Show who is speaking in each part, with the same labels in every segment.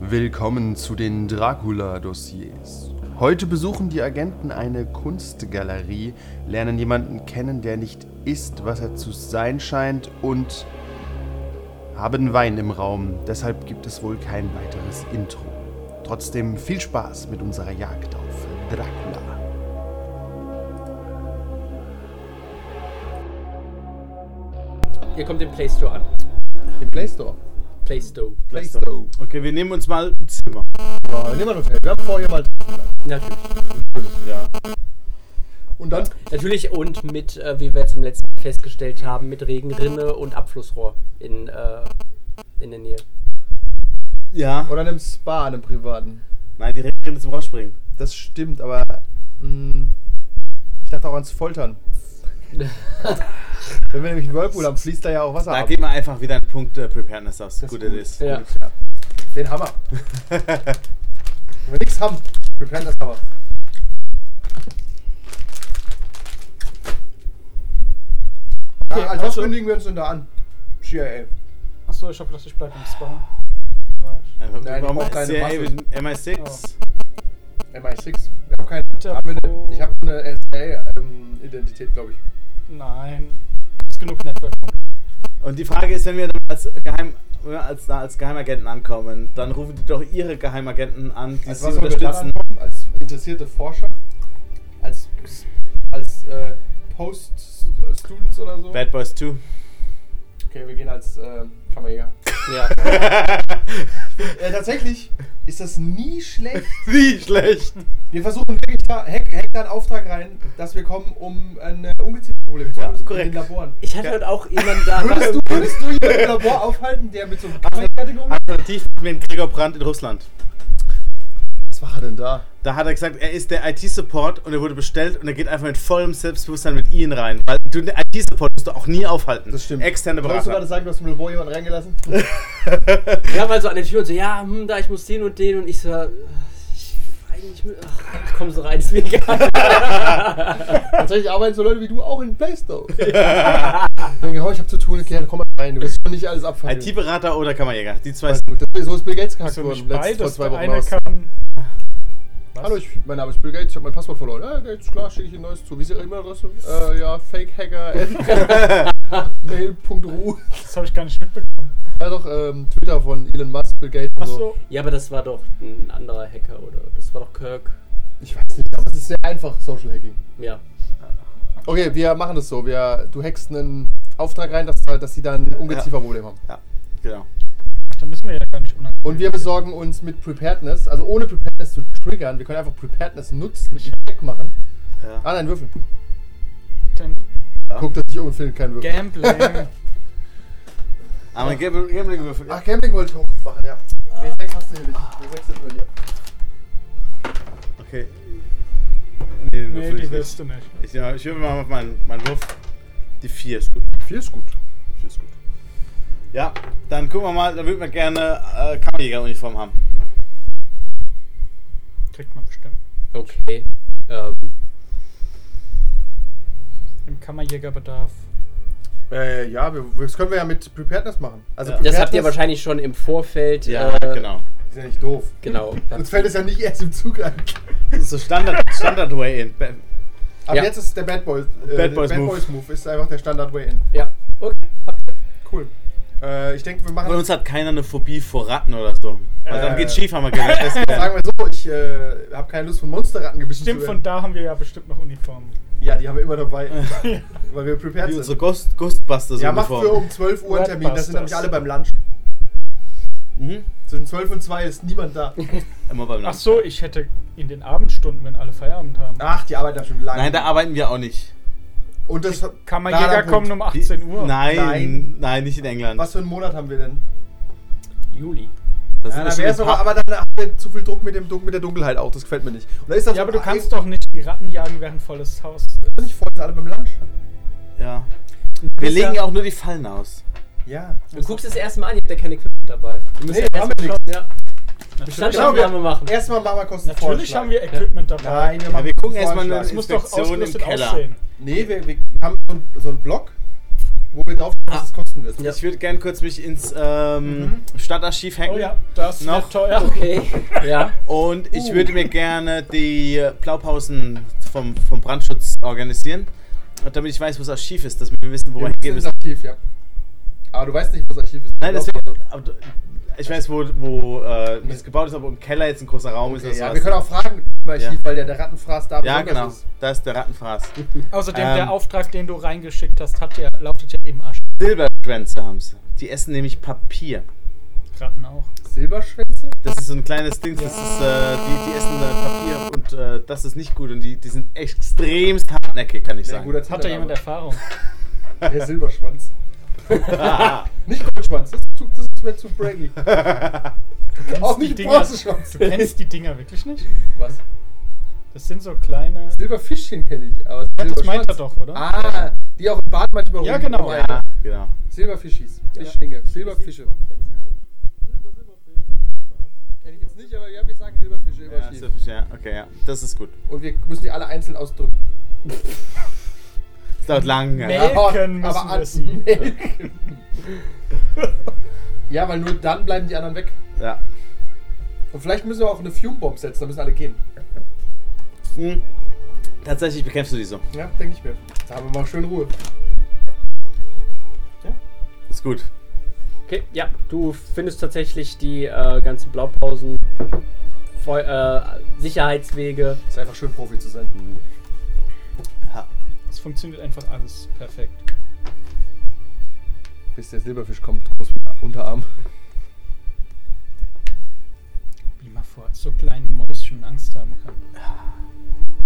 Speaker 1: Willkommen zu den Dracula-Dossiers. Heute besuchen die Agenten eine Kunstgalerie, lernen jemanden kennen, der nicht ist, was er zu sein scheint und haben Wein im Raum. Deshalb gibt es wohl kein weiteres Intro. Trotzdem viel Spaß mit unserer Jagd auf Dracula.
Speaker 2: Ihr kommt im Play Store an.
Speaker 3: Im Play Store.
Speaker 2: Play Store.
Speaker 3: Play Store.
Speaker 4: Okay, wir nehmen uns mal ein Zimmer.
Speaker 3: Ja, nehmen wir das her. Wir haben vorher mal.
Speaker 2: Natürlich.
Speaker 4: Ja.
Speaker 3: Und dann?
Speaker 2: Natürlich und mit, äh, wie wir jetzt im letzten festgestellt haben, mit Regenrinne und Abflussrohr in, äh, in der Nähe.
Speaker 4: Ja.
Speaker 3: Oder einem Spa, einem privaten.
Speaker 4: Nein, die Rede zum Rausspringen.
Speaker 3: Das stimmt, aber. Mh, ich dachte auch ans Foltern. Wenn wir nämlich einen Whirlpool haben, fließt da ja auch Wasser
Speaker 4: Da
Speaker 3: ab.
Speaker 4: geben wir einfach wieder einen Punkt äh, Preparedness aus.
Speaker 3: Das ist
Speaker 4: Gut,
Speaker 3: gut.
Speaker 4: ist.
Speaker 2: Ja.
Speaker 3: Den Hammer. Wenn wir nichts haben, prepared das Hammer.
Speaker 5: Okay,
Speaker 3: ah, also was
Speaker 5: also-
Speaker 3: kündigen wir uns denn da an? CIA.
Speaker 5: Achso, ich habe gedacht, ich bleibe im Spa.
Speaker 3: Nein, ich
Speaker 4: Warum
Speaker 3: brauch keine
Speaker 4: CIA
Speaker 3: Masse.
Speaker 4: mit MI6?
Speaker 3: MI6. Wir haben keine.
Speaker 5: Der
Speaker 3: Haben wir
Speaker 5: Pro-
Speaker 3: eine, ich habe eine CIA-Identität, glaube ich.
Speaker 5: Nein. Ist genug Network.
Speaker 4: Und die Frage ist, wenn wir dann als, Geheim, wenn wir als, da als Geheimagenten ankommen, dann rufen die doch ihre Geheimagenten an, die
Speaker 3: Als
Speaker 4: sie
Speaker 3: Also was wollen wir dann
Speaker 4: unterstützen.
Speaker 3: ankommen? Als interessierte Forscher? Als, als äh, Post-Students oder so?
Speaker 4: Bad Boys 2.
Speaker 3: Okay, wir gehen als äh, Kammerjäger.
Speaker 2: Ja.
Speaker 3: Äh, tatsächlich ist das nie schlecht.
Speaker 4: Wie schlecht.
Speaker 3: Wir versuchen wirklich da, hack, hack da einen Auftrag rein, dass wir kommen, um ein äh, Ungezieferproblem zu
Speaker 4: Ja,
Speaker 3: lösen
Speaker 4: korrekt.
Speaker 3: in den Laboren.
Speaker 2: Ich hatte heute auch jemanden da.
Speaker 3: Würdest du, würdest du hier im Labor aufhalten, der mit so einem Kammerkategorie...
Speaker 4: Alternativ mit Gregor Brandt in Russland.
Speaker 3: Was war denn da?
Speaker 4: Da hat er gesagt, er ist der IT-Support und er wurde bestellt und er geht einfach mit vollem Selbstbewusstsein mit ihnen rein. Weil du den IT-Support musst du auch nie aufhalten.
Speaker 3: Das stimmt.
Speaker 4: Externe
Speaker 3: Wolltest du
Speaker 4: Berater.
Speaker 3: gerade sagen, du hast im Labor jemanden reingelassen?
Speaker 2: Ja, weil so an der Tür und so, ja, hm, da, ich muss den und den und ich so, äh, ich, eigentlich, mü- ach, komm so rein, ist mir egal.
Speaker 3: Tatsächlich arbeiten so Leute wie du auch in Playstore. Ja. Denke, oh, ich habe zu tun, okay, dann komm mal rein, du wirst schon nicht alles abfangen.
Speaker 4: IT-Berater oder Kammerjäger. Die zwei
Speaker 3: Alles gut. Das- So ist Bill Gates gehackt
Speaker 5: Also
Speaker 3: worden,
Speaker 5: nicht
Speaker 3: letzt, vor
Speaker 5: beides.
Speaker 3: zwei
Speaker 5: Der
Speaker 3: Wochen
Speaker 5: eine
Speaker 3: raus.
Speaker 5: kann. Was?
Speaker 3: Hallo, ich, mein Name ist Bill Gates, ich habe mein Passwort verloren. Ja, Gates, klar, schicke ich Ihnen neues zu. Wie ist Ihre E-Mail-Adresse? Äh, ja, fakehacker.mail.ru
Speaker 5: Das habe ich gar nicht mitbekommen.
Speaker 3: Ja doch, ähm, Twitter von Elon Musk, Bill Gates und so.
Speaker 5: Achso.
Speaker 2: Ja, aber das war doch ein anderer Hacker, oder? Das war doch Kirk.
Speaker 3: Ich weiß nicht, aber es ist sehr einfach, Social Hacking.
Speaker 2: Ja.
Speaker 3: Okay, wir machen das so. Wir, du hackst einen Auftrag rein, dass, da- dass die dann ein Ungezieferproblem haben.
Speaker 4: Ja, genau.
Speaker 5: Ach, da müssen wir ja gar nicht unangenehm.
Speaker 3: Und wir besorgen uns mit Preparedness, also ohne Preparedness zu triggern, wir können einfach Preparedness nutzen, einen Hack machen.
Speaker 4: Ja.
Speaker 3: Ah nein, Würfel.
Speaker 5: Denn
Speaker 3: Guck, dass ich irgendwo finde, keinen Würfel.
Speaker 5: Gambling.
Speaker 4: Aber Gambling-Würfel.
Speaker 3: Ach, Gambling wollte ich hochmachen, ja.
Speaker 2: Ah.
Speaker 3: W6 hast du hier nicht. W6 sind wir hier.
Speaker 4: Okay. Nee, den
Speaker 5: nee,
Speaker 4: Würfel
Speaker 5: die
Speaker 4: ich
Speaker 5: willst
Speaker 4: nicht.
Speaker 5: du nicht.
Speaker 4: Ich, ja, ich würfel mal auf meinen, meinen Wurf. Die 4 ist gut.
Speaker 3: 4 ist gut.
Speaker 4: Die vier ist gut. Ja, dann gucken wir mal, da würden wir gerne äh, Kammerjägeruniform haben.
Speaker 5: Kriegt man bestimmt.
Speaker 2: Okay. Ähm,
Speaker 5: Im Kammerjägerbedarf.
Speaker 3: Äh, ja, wir, das können wir ja mit Preparedness machen. Also
Speaker 4: Ja.
Speaker 2: das habt ihr
Speaker 3: Preparedness-
Speaker 2: wahrscheinlich schon im Vorfeld.
Speaker 4: Ja,
Speaker 2: äh,
Speaker 4: genau.
Speaker 3: Ist ja nicht doof.
Speaker 2: Genau.
Speaker 3: Uns fällt es ja nicht erst im Zug ein.
Speaker 4: Das ist so Standard, Standard Way in.
Speaker 3: Ab
Speaker 2: Ja.
Speaker 3: jetzt ist der Bad Boys, äh,
Speaker 4: Bad
Speaker 3: der
Speaker 4: Boys
Speaker 3: Bad
Speaker 4: Move.
Speaker 3: Boys Move ist einfach der Standard Way in.
Speaker 2: Ja. Okay.
Speaker 3: Cool. Äh, ich denke, wir machen
Speaker 4: Bei uns hat keiner eine Phobie vor Ratten oder so. Weil dann
Speaker 3: Äh.
Speaker 4: geht's schief, haben wir gelernt. Das ist
Speaker 3: Sagen wir so, ich äh, habe keine Lust von Monsterratten gebissen
Speaker 5: Stimmt,
Speaker 3: zu
Speaker 5: von
Speaker 3: werden.
Speaker 5: da haben wir ja bestimmt noch Uniformen.
Speaker 3: Ja, die haben wir immer dabei, weil wir prepared
Speaker 4: wie unsere
Speaker 3: sind.
Speaker 4: Ghost, Ghostbusters
Speaker 3: Ja, macht für
Speaker 4: Uniform.
Speaker 3: um 12 Uhr einen Termin, das sind nämlich
Speaker 5: Blockbusters.
Speaker 3: alle beim Lunch. um.
Speaker 4: Mhm.
Speaker 3: Zwischen 12 und 2 ist niemand da.
Speaker 4: Immer beim
Speaker 5: Ach
Speaker 4: Namen.
Speaker 5: so, ich hätte in den Abendstunden, wenn alle Feierabend haben.
Speaker 3: Ach, die arbeiten da schon lange.
Speaker 4: Nein, da arbeiten wir auch nicht.
Speaker 3: Und das hat-
Speaker 5: Kammerjäger
Speaker 3: Daran
Speaker 5: kommen um
Speaker 3: Punkt.
Speaker 5: 18 Uhr.
Speaker 4: Nein,
Speaker 3: Nein.
Speaker 4: nein, nicht in England.
Speaker 3: Was für einen Monat haben wir denn?
Speaker 2: Juli.
Speaker 4: Das
Speaker 3: Ja,
Speaker 4: wir
Speaker 3: da
Speaker 4: schon
Speaker 3: wär's
Speaker 4: ein
Speaker 3: aber,
Speaker 4: paar-
Speaker 3: aber dann haben wir zu viel Druck mit, dem, Dun- mit der Dunkelheit auch, das gefällt mir nicht. Und da ist das
Speaker 5: Ja, aber du
Speaker 3: Ah,
Speaker 5: kannst
Speaker 3: ey,
Speaker 5: doch nicht die Ratten jagen, während volles Haus äh,
Speaker 3: nicht voll, sind alle beim Lunch.
Speaker 4: Ja. Wir legen ja auch nur die Fallen aus.
Speaker 3: Ja.
Speaker 2: Du guckst es erstmal an, ihr habt ja keine Equipment dabei. Du müsst
Speaker 3: Nee,
Speaker 2: ja erst
Speaker 3: haben
Speaker 2: mal
Speaker 3: wir
Speaker 2: schauen, ja.
Speaker 5: Natürlich-
Speaker 2: Bestandsaufnahme
Speaker 3: Genau, wir-
Speaker 2: machen.
Speaker 3: Erstmal machen wir kosten
Speaker 5: Natürlich haben wir Equipment dabei.
Speaker 3: Nein, wir machen
Speaker 4: Ja, wir gucken erstmal
Speaker 3: Vorschlag.
Speaker 4: eine
Speaker 3: Es
Speaker 5: Es muss doch
Speaker 4: Inspektion im
Speaker 5: ausgerüstet
Speaker 4: Keller.
Speaker 5: aussehen.
Speaker 3: Nee, wir, wir haben so, einen- so einen Block wo wir drauf
Speaker 4: Ah.
Speaker 3: kommen, was es kosten wird.
Speaker 2: Ja.
Speaker 4: Ich würde gern kurz mich ins
Speaker 3: Mhm.
Speaker 4: ähm, Stadtarchiv hängen.
Speaker 5: Oh ja, das ist
Speaker 4: Noch?
Speaker 5: noch teuer.
Speaker 2: Okay. Ja.
Speaker 4: Und ich
Speaker 3: Oh.
Speaker 2: Uh.
Speaker 4: würde mir gerne die äh, Blaupausen vom, vom Brandschutz organisieren. Und damit ich weiß, wo das Archiv ist, dass wir wissen, wo wir
Speaker 3: Wir
Speaker 4: hingehen
Speaker 3: müssen ins
Speaker 4: müssen.
Speaker 3: Archiv, ja. Aber du weißt nicht, wo das Archiv ist.
Speaker 4: Nein,
Speaker 3: das
Speaker 4: deswegen, aber du- ich weiß, wo, wo äh, wie es gebaut ist, aber im Keller jetzt ein großer Raum ist.
Speaker 3: okay,
Speaker 4: oder
Speaker 3: ja,
Speaker 4: sowas.
Speaker 3: wir können auch fragen im Archiv,
Speaker 4: Ja.
Speaker 3: weil der, der Rattenfraß da
Speaker 4: ja,
Speaker 3: besonders
Speaker 4: genau.
Speaker 3: ist.
Speaker 4: Da ist der Rattenfraß.
Speaker 5: Außerdem,
Speaker 4: Ähm.
Speaker 5: der Auftrag, den du reingeschickt hast, hat ja, lautet ja im Asch.
Speaker 4: Silberschwänze haben sie. Die essen nämlich Papier.
Speaker 5: Ratten auch.
Speaker 3: Silberschwänze?
Speaker 4: Das ist so ein kleines Ding, das ist, äh, die, die essen äh, Papier und äh, das ist nicht gut. Und die, die sind extremst hartnäckig, kann ich
Speaker 3: Sehr
Speaker 4: sagen.
Speaker 3: guter
Speaker 5: Hat da
Speaker 3: Tiernamen.
Speaker 5: jemand Erfahrung?
Speaker 3: Der Silberschwanz.
Speaker 4: Ah,
Speaker 3: Nicht Goldschwanz, das ist zu, das ist mir zu braggy. auch
Speaker 5: die
Speaker 3: nicht
Speaker 5: Dinger-
Speaker 3: Bronzeschwanz.
Speaker 5: Du kennst die Dinger wirklich nicht?
Speaker 3: Was?
Speaker 5: Das sind so kleine.
Speaker 3: Silberfischchen kenne ich, aber
Speaker 5: Das meint er
Speaker 3: Silberschwanz-
Speaker 5: doch, oder?
Speaker 3: Ah, die auch im Bad manchmal
Speaker 5: Ja,
Speaker 3: rum-
Speaker 5: genau.
Speaker 3: rumreiten.
Speaker 4: ja, genau.
Speaker 3: Silberfischis.
Speaker 5: Ja.
Speaker 3: Fischlinge, Silberfische. Kenne ich jetzt nicht, aber ja, wir sagen Silberfische immer
Speaker 4: Ja,
Speaker 3: schief.
Speaker 4: Silberfisch, ja, okay, ja. Das ist gut.
Speaker 3: Und wir müssen die alle einzeln ausdrücken.
Speaker 4: Das dauert lang. Ja.
Speaker 5: Melken müssen
Speaker 3: aber
Speaker 5: wir
Speaker 3: an-
Speaker 5: sie.
Speaker 3: melken. ja, weil nur dann bleiben die anderen weg.
Speaker 4: ja.
Speaker 3: Und vielleicht müssen wir auch eine Fume-Bomb setzen, da müssen alle gehen.
Speaker 4: Hm. Tatsächlich bekämpfst du die so.
Speaker 3: Ja, denke ich mir. Da haben wir mal schön Ruhe.
Speaker 4: Ist gut.
Speaker 2: Okay, ja, du findest tatsächlich die äh, ganzen Blaupausen, Feu äh, Sicherheitswege.
Speaker 3: Ist einfach schön, Profi zu sein.
Speaker 4: Ja.
Speaker 5: Es funktioniert einfach alles perfekt.
Speaker 3: Bis der Silberfisch kommt, groß wie Unterarm.
Speaker 5: Wie man vor so kleinen Mäuschen Angst haben kann.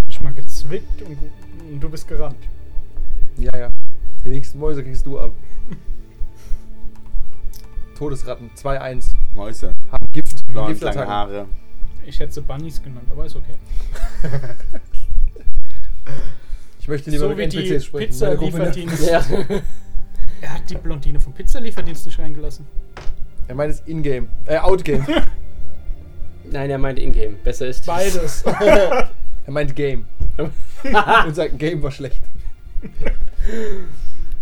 Speaker 5: Ich mal gezwickt und, gu- und du bist gerannt.
Speaker 3: Ja, ja. Die nächsten Mäuse kriegst du ab. Todesratten, 2-1.
Speaker 4: Mäuse.
Speaker 3: Haben Gift. haben
Speaker 4: Blaue,
Speaker 3: Giftattacken.
Speaker 4: lange Haare.
Speaker 5: Ich hätte sie Bunnies genannt, aber ist okay.
Speaker 3: Ich möchte lieber
Speaker 5: so wie
Speaker 3: mit
Speaker 5: die
Speaker 3: NPCs sprechen.
Speaker 5: Pizza
Speaker 3: Meine Gruppe nervt.
Speaker 5: Lieferdienst. Er hat die Blondine vom Pizzalieferdienst nicht reingelassen.
Speaker 3: Er meint es in-game. Äh, out-game.
Speaker 2: Nein, er meint Ingame. Besser ist.
Speaker 5: Beides.
Speaker 3: er meint game. Unser Game war schlecht.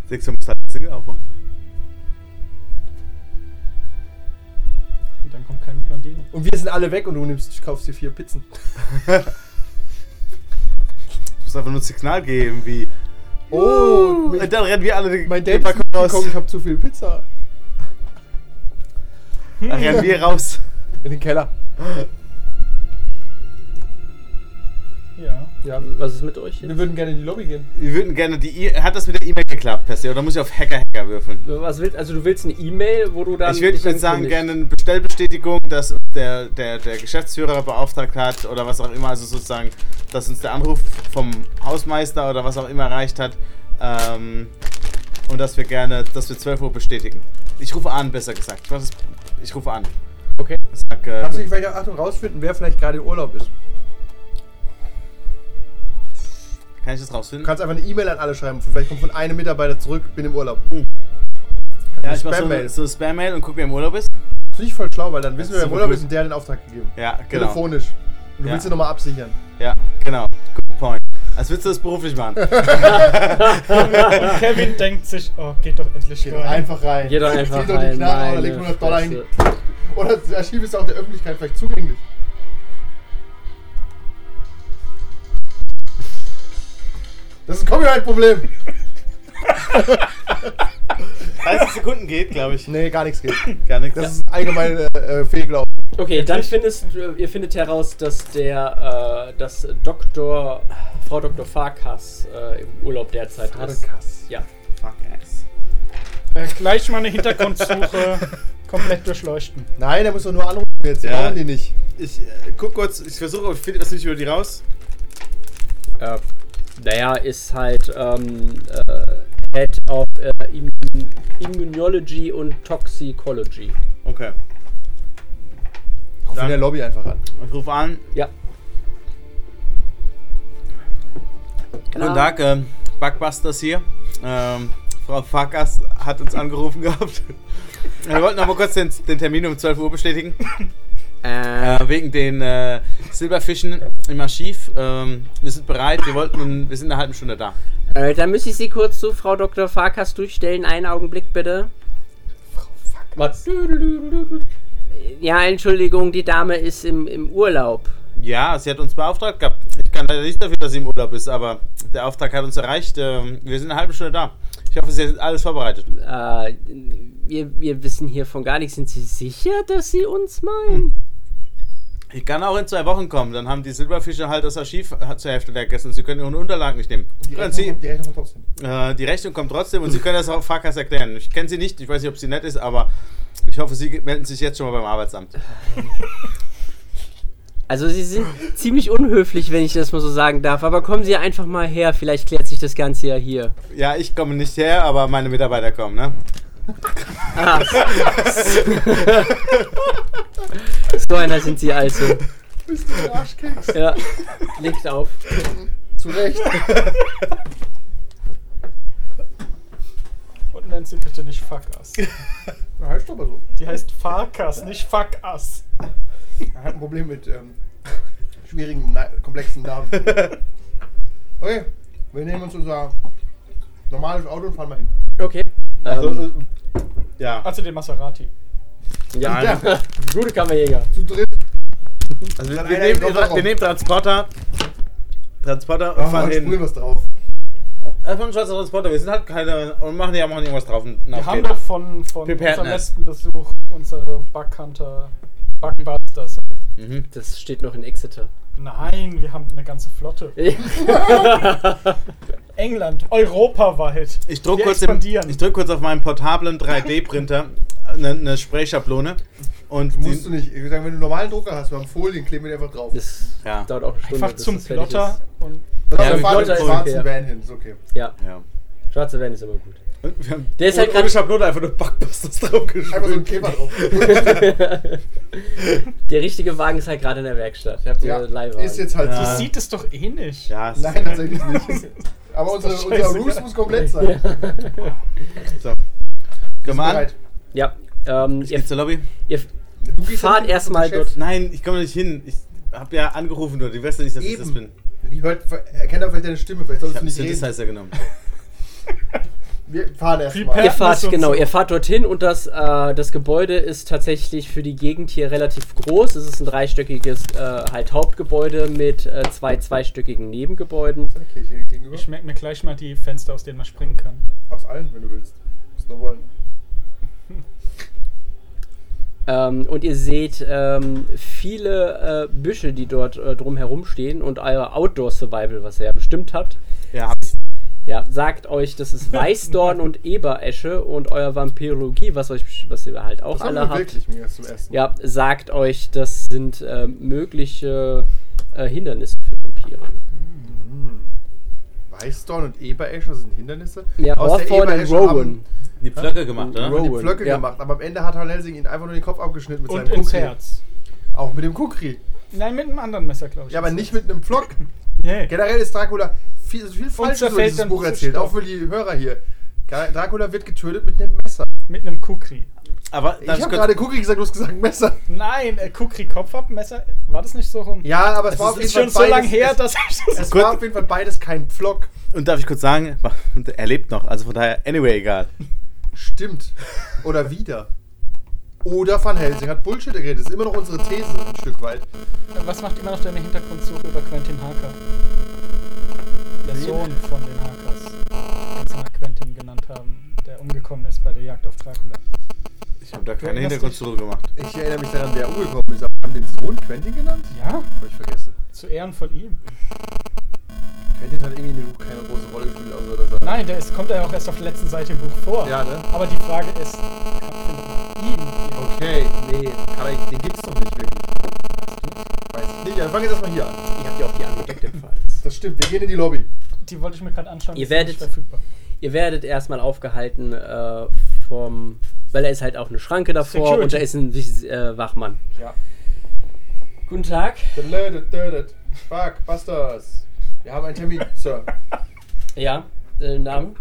Speaker 4: Sechs muss halt Single aufmachen.
Speaker 5: Und dann kommt keine Blondine.
Speaker 3: Und wir sind alle weg und du nimmst, kaufst dir vier Pizzen.
Speaker 4: Du musst einfach nur ein Signal geben, wie.
Speaker 3: Oh,
Speaker 4: Und
Speaker 3: mein,
Speaker 4: dann rennen wir alle den
Speaker 3: mein
Speaker 4: den
Speaker 3: Date ist
Speaker 4: Balkon
Speaker 3: nicht
Speaker 4: raus.
Speaker 3: gekommen, ich hab zu viel Pizza.
Speaker 4: Dann rennen wir raus.
Speaker 3: In den Keller.
Speaker 5: Ja.
Speaker 3: Ja,
Speaker 2: Was ist mit euch?
Speaker 3: wir
Speaker 2: Jetzt?
Speaker 3: würden gerne in die Lobby gehen.
Speaker 4: Wir würden gerne die. E Hat das mit der E-Mail geklappt, Percy? Oder muss ich auf Hacker Hacker würfeln?
Speaker 2: Was willst, also du willst eine E-Mail, wo du dann.
Speaker 4: ich würde
Speaker 2: dich
Speaker 4: jetzt sagen,
Speaker 2: ankündigst.
Speaker 4: gerne eine Bestellbestätigung, dass uns der, der, der Geschäftsführer beauftragt hat oder was auch immer, also sozusagen, dass uns der Anruf vom Hausmeister oder was auch immer erreicht hat. Ähm, und dass wir gerne, dass wir 12 Uhr bestätigen. Ich rufe an, besser gesagt. Was ist, ich rufe an.
Speaker 2: Okay.
Speaker 4: Sag, äh,
Speaker 3: Kannst du dich vielleicht auch Achtung rausfinden, wer vielleicht gerade in Urlaub ist?
Speaker 4: kann ich das rausfinden?
Speaker 3: Du kannst einfach eine E-Mail an alle schreiben. Vielleicht kommt von einem Mitarbeiter zurück, bin im Urlaub.
Speaker 4: ja,
Speaker 3: Hm. eine
Speaker 4: ich mach
Speaker 3: Spam-Mail.
Speaker 4: so, so Spam-Mail und guck, wer im Urlaub ist.
Speaker 3: Das ist nicht voll schlau, weil dann wissen wir, wer im
Speaker 4: Super
Speaker 3: Urlaub
Speaker 4: cool.
Speaker 3: ist und der hat den Auftrag gegeben.
Speaker 4: Ja, genau.
Speaker 3: Telefonisch. Und du
Speaker 4: Ja.
Speaker 3: willst ihn nochmal absichern.
Speaker 4: Ja, genau. Good point. Als würdest du das beruflich machen.
Speaker 5: Kevin denkt sich, oh, geht doch endlich
Speaker 3: Geh doch
Speaker 5: rein.
Speaker 3: einfach rein.
Speaker 2: Geh doch einfach
Speaker 3: Geh doch in
Speaker 2: rein,
Speaker 3: die Knarre oder
Speaker 2: meine
Speaker 3: leg 100 Dollar hin.
Speaker 2: Fresse.
Speaker 3: Oder das Archiv ist auch der Öffentlichkeit vielleicht zugänglich. Das ist ein Copyright-Problem.
Speaker 4: 30 Sekunden geht, glaube ich.
Speaker 3: Nee, gar nichts geht.
Speaker 4: Gar nichts.
Speaker 3: Das ist allgemein äh, äh, Fehlglauben.
Speaker 2: Okay, dann findest ihr findet heraus, dass der äh, dass Doktor Frau Dr. Farkas äh, im Urlaub derzeit ist.
Speaker 3: Farkas.
Speaker 2: Ja.
Speaker 4: Fuck ass.
Speaker 5: Äh, gleich mal eine Hintergrundsuche komplett durchleuchten.
Speaker 3: Nein, der muss doch nur anrufen jetzt.
Speaker 4: Ja.
Speaker 3: Brauchen die nicht.
Speaker 4: Ich äh, guck kurz, ich versuche, ich finde das nicht über die raus.
Speaker 2: Äh, naja, ist halt ähm, äh, Head of äh, Immun Immunology und Toxicology.
Speaker 4: Okay.
Speaker 3: Ruf
Speaker 4: Dann-
Speaker 3: in der Lobby einfach an.
Speaker 4: Ich rufe an.
Speaker 2: Ja.
Speaker 4: Guten Tag, ähm, Bugbusters hier. Ähm, Frau Farkas hat uns angerufen gehabt. Wir wollten noch mal kurz den, den Termin um 12 Uhr bestätigen. Äh, wegen den äh, Silberfischen im Archiv. Ähm, wir sind bereit, wir wollten, in, wir sind in einer halben Stunde da.
Speaker 6: Äh, dann müsste ich Sie kurz zu Frau Dr. Farkas durchstellen. Einen Augenblick bitte.
Speaker 2: Was?
Speaker 6: Ja, Entschuldigung, die Dame ist im, im Urlaub.
Speaker 4: Ja, sie hat uns beauftragt gehabt. Ich kann leider nicht dafür, dass sie im Urlaub ist, aber der Auftrag hat uns erreicht. Ähm, wir sind in einer halben Stunde da. Ich hoffe, sie hat alles vorbereitet.
Speaker 6: Äh, wir, wir wissen hiervon gar nichts. Sind Sie sicher, dass Sie uns meinen?
Speaker 4: Ich kann auch in zwei Wochen kommen. Dann haben die Silberfische halt das Archiv zur Hälfte der Gäste und sie können ihre Unterlagen nicht nehmen.
Speaker 3: Die
Speaker 4: Können
Speaker 3: Rechnung,
Speaker 4: sie,
Speaker 3: kommt- die Rechnung kommt trotzdem.
Speaker 4: äh, die Rechnung kommt trotzdem und sie können das auch Farkas erklären. Ich kenne sie nicht, ich weiß nicht, ob sie nett ist, aber ich hoffe, sie melden sich jetzt schon mal beim Arbeitsamt.
Speaker 6: Also Sie sind ziemlich unhöflich, wenn ich das mal so sagen darf. Aber kommen Sie einfach mal her. Vielleicht klärt sich das Ganze ja hier.
Speaker 4: Ja, ich komme nicht her, aber meine Mitarbeiter kommen, ne?
Speaker 6: So einer sind Sie also.
Speaker 3: Bist du ein Arschkeks?
Speaker 6: Ja, legt auf.
Speaker 3: Zu Recht.
Speaker 5: Und nennt sie bitte nicht Fuck Us.
Speaker 3: Na, heißt doch mal so.
Speaker 5: Die heißt Farkas, nicht Fuck Us.
Speaker 3: Er hat ein Problem mit ähm, schwierigen, na komplexen Namen. Okay, wir nehmen uns unser normales Auto und fahren mal hin.
Speaker 6: Okay.
Speaker 4: Also,
Speaker 6: Ähm,
Speaker 4: äh, ja.
Speaker 5: Also den Maserati.
Speaker 2: Ja,
Speaker 3: Ja,
Speaker 2: gute Kammerjäger.
Speaker 3: zu dritt.
Speaker 4: Also wir,
Speaker 3: Dann
Speaker 4: wir,
Speaker 3: einer
Speaker 4: nehmen,
Speaker 3: den Koffer
Speaker 4: wir,
Speaker 3: raus.
Speaker 4: nehmen Transporter. Transporter und
Speaker 3: Machen
Speaker 4: fahren
Speaker 3: wir sprühen
Speaker 4: hin.
Speaker 3: was drauf.
Speaker 4: Einfach ein schwarzer Äh, Transporter. Wir sind halt keine. Und machen ja machen irgendwas drauf.
Speaker 5: Wir haben doch von, von
Speaker 4: Preparedness.
Speaker 5: unserem letzten Besuch unsere Backhunter, Backbusters.
Speaker 4: Mhm.
Speaker 6: Das steht noch in Exeter.
Speaker 5: Nein, wir haben eine ganze Flotte. England, europaweit.
Speaker 4: Ich drücke
Speaker 5: Wir
Speaker 4: kurz, im-
Speaker 5: expandieren.
Speaker 4: ich drück kurz auf meinem portablen 3D-Printer eine, eine Sprayschablone. ne, Und
Speaker 3: Musst du
Speaker 4: die,
Speaker 3: nicht. Ich würde sagen, wenn du einen normalen Drucker hast, wir haben Folien, kleben wir die einfach drauf.
Speaker 6: Das
Speaker 4: Ja.
Speaker 6: dauert auch eine Stunde.
Speaker 5: Einfach
Speaker 6: bis
Speaker 5: zum
Speaker 6: das fertig
Speaker 5: Plotter und
Speaker 3: Also
Speaker 4: Ja, mit
Speaker 3: wir fahren mit
Speaker 4: Roller
Speaker 3: dem
Speaker 4: ist
Speaker 3: schwarzen
Speaker 6: okay, ja.
Speaker 3: Van hin, ist okay.
Speaker 6: ist. Ja,
Speaker 4: ja.
Speaker 6: schwarze Van ist immer gut.
Speaker 4: Und wir haben
Speaker 6: Der ist halt
Speaker 4: ohne-
Speaker 6: grad-
Speaker 4: ohne Schablone einfach nur Backbusters
Speaker 3: Einfach so ein
Speaker 4: draufgeschrieben.
Speaker 3: Kleber drauf.
Speaker 6: Der richtige Wagen ist halt gerade in der Werkstatt. Ich hab
Speaker 3: Ja,
Speaker 6: so Leihwagen.
Speaker 3: ist jetzt halt
Speaker 4: Ja.
Speaker 5: das sieht es doch eh nicht.
Speaker 4: Ja, es
Speaker 3: Nein, tatsächlich nicht. Aber
Speaker 5: Ist doch
Speaker 3: unsere, unser
Speaker 5: scheißegal.
Speaker 3: Roost muss komplett sein.
Speaker 4: ist so. Komm
Speaker 3: Bist du
Speaker 4: an.
Speaker 3: bereit?
Speaker 6: ja, ähm,
Speaker 4: Ich
Speaker 6: ihr,
Speaker 4: gehe zur Lobby.
Speaker 6: ihr
Speaker 3: Du gehst halt
Speaker 6: Fahrt
Speaker 3: jetzt
Speaker 6: erst mal
Speaker 3: zum Chef.
Speaker 4: Nein, ich komme nicht hin. Ich habe ja angerufen, nur. Die weißt ja nicht, dass ich das bin.
Speaker 3: Eben. Die hört, erkennt er vielleicht deine Stimme, vielleicht
Speaker 4: Ich
Speaker 3: solltest
Speaker 4: habe einen
Speaker 3: du nicht reden.
Speaker 4: Synthesizer genommen.
Speaker 3: Wir fahren
Speaker 5: Prepare-
Speaker 3: erstmal.
Speaker 6: ihr
Speaker 5: Ja,
Speaker 6: fahrt,
Speaker 5: muss uns-
Speaker 6: genau, ihr fahrt dorthin und das, äh, das Gebäude ist tatsächlich für die Gegend hier relativ groß. Es ist ein dreistöckiges äh, halt Hauptgebäude mit äh, zwei zweistöckigen Nebengebäuden.
Speaker 3: Okay, hier gegenüber.
Speaker 5: Ich merke mir gleich mal die Fenster, aus denen man springen kann.
Speaker 3: Aus allen, wenn du willst. Snowballen.
Speaker 6: Ähm, und ihr seht ähm, viele äh, Büsche, die dort äh, drumherum stehen und euer Outdoor-Survival, was ihr ja bestimmt habt,
Speaker 4: Ja,
Speaker 6: Ja, sagt euch, das ist Weißdorn und Eberesche und euer Vampirologie, was euch, was ihr halt auch
Speaker 3: Das haben
Speaker 6: alle
Speaker 3: wir
Speaker 6: habt.
Speaker 3: wirklich mir erst zum ersten Mal.
Speaker 6: Ja, sagt euch, das sind äh, mögliche äh, Hindernisse für Vampire.
Speaker 3: Weißdorn und Eberescher sind Hindernisse.
Speaker 6: Ja,
Speaker 3: Aus der
Speaker 6: Hawthorne und
Speaker 3: Eberesche
Speaker 6: Rowan.
Speaker 4: die Pflöcke gemacht, oder?
Speaker 6: Rowan.
Speaker 3: haben die Pflöcke
Speaker 6: ja.
Speaker 3: gemacht, aber am Ende hat Halelsing ihn einfach nur den Kopf abgeschnitten mit
Speaker 5: Und
Speaker 3: seinem
Speaker 5: ins
Speaker 3: Kukri.
Speaker 5: Herz.
Speaker 3: Auch mit dem Kukri.
Speaker 5: Nein, mit einem anderen Messer, glaube ich. Also
Speaker 3: Ja, aber nicht mit einem Pflock.
Speaker 5: Nee.
Speaker 3: Generell ist Dracula viel, also viel Falsches über
Speaker 5: zerfällt
Speaker 3: dieses
Speaker 5: dann
Speaker 3: Buch
Speaker 5: zu
Speaker 3: erzählt,
Speaker 5: Staub.
Speaker 3: auch für die Hörer hier. Gra- Dracula wird getötet mit einem Messer.
Speaker 5: Mit einem Kukri.
Speaker 4: Aber
Speaker 3: Ich
Speaker 4: darf ich
Speaker 3: habe
Speaker 4: kurz-
Speaker 3: gerade Kukri gesagt, du hast gesagt Messer.
Speaker 5: Nein, äh, Kukri Kopf ab, Messer. War das nicht so rum?
Speaker 3: Ja, aber es,
Speaker 5: es
Speaker 3: war
Speaker 5: ist,
Speaker 3: auf jeden Fall
Speaker 5: schon so lange
Speaker 3: beides-
Speaker 5: her, dass ich das.
Speaker 3: Es war auf jeden Fall beides kein Pflock.
Speaker 4: Und darf ich kurz sagen, er lebt noch, also von daher, anyway, egal.
Speaker 3: Stimmt. Oder wieder. Oder Van Helsing hat Bullshit geredet. Das ist immer noch unsere These ein Stück weit.
Speaker 5: Was macht immer noch deine Hintergrundsuche über Quentin Harker? Der Sohn von den Harkers, den sie nach Quentin genannt haben, der umgekommen ist bei der Jagd auf Dracula.
Speaker 4: Ich habe da keine
Speaker 5: erinnerst
Speaker 4: Hintergrundsuche gemacht.
Speaker 3: Ich erinnere mich daran, wer umgekommen ist. Aber haben den Sohn Quentin genannt?
Speaker 5: Ja,
Speaker 3: Hab ich vergessen.
Speaker 5: zu Ehren von ihm.
Speaker 3: Quentin hat halt irgendwie in dem Buch keine große Rolle gespielt, außer dass er.
Speaker 5: Nein, der ist, kommt ja auch erst auf der letzten Seite im Buch vor.
Speaker 3: Ja, ne?
Speaker 5: Aber die Frage ist, kann- findet man ihn?
Speaker 3: Okay, nee, kann ich, den gibt's doch nicht wirklich. Weiß ich nicht. Dann fangen wir jetzt erstmal hier an.
Speaker 6: Ihr habt ja auch die angedeckt ebenfalls.
Speaker 3: Das stimmt, wir gehen in die Lobby.
Speaker 5: Die wollte ich mir gerade anschauen.
Speaker 6: Ihr
Speaker 5: ist nicht
Speaker 6: werdet-
Speaker 5: verfügbar.
Speaker 6: Ihr werdet erstmal aufgehalten äh, vom, weil da ist halt auch eine Schranke davor
Speaker 5: Security.
Speaker 6: und da ist ein äh, Wachmann.
Speaker 3: Ja.
Speaker 6: Guten Tag.
Speaker 3: Dödet, dödet. Fuck, Busters. Wir haben einen Termin, Sir.
Speaker 6: Ja, äh, Namen?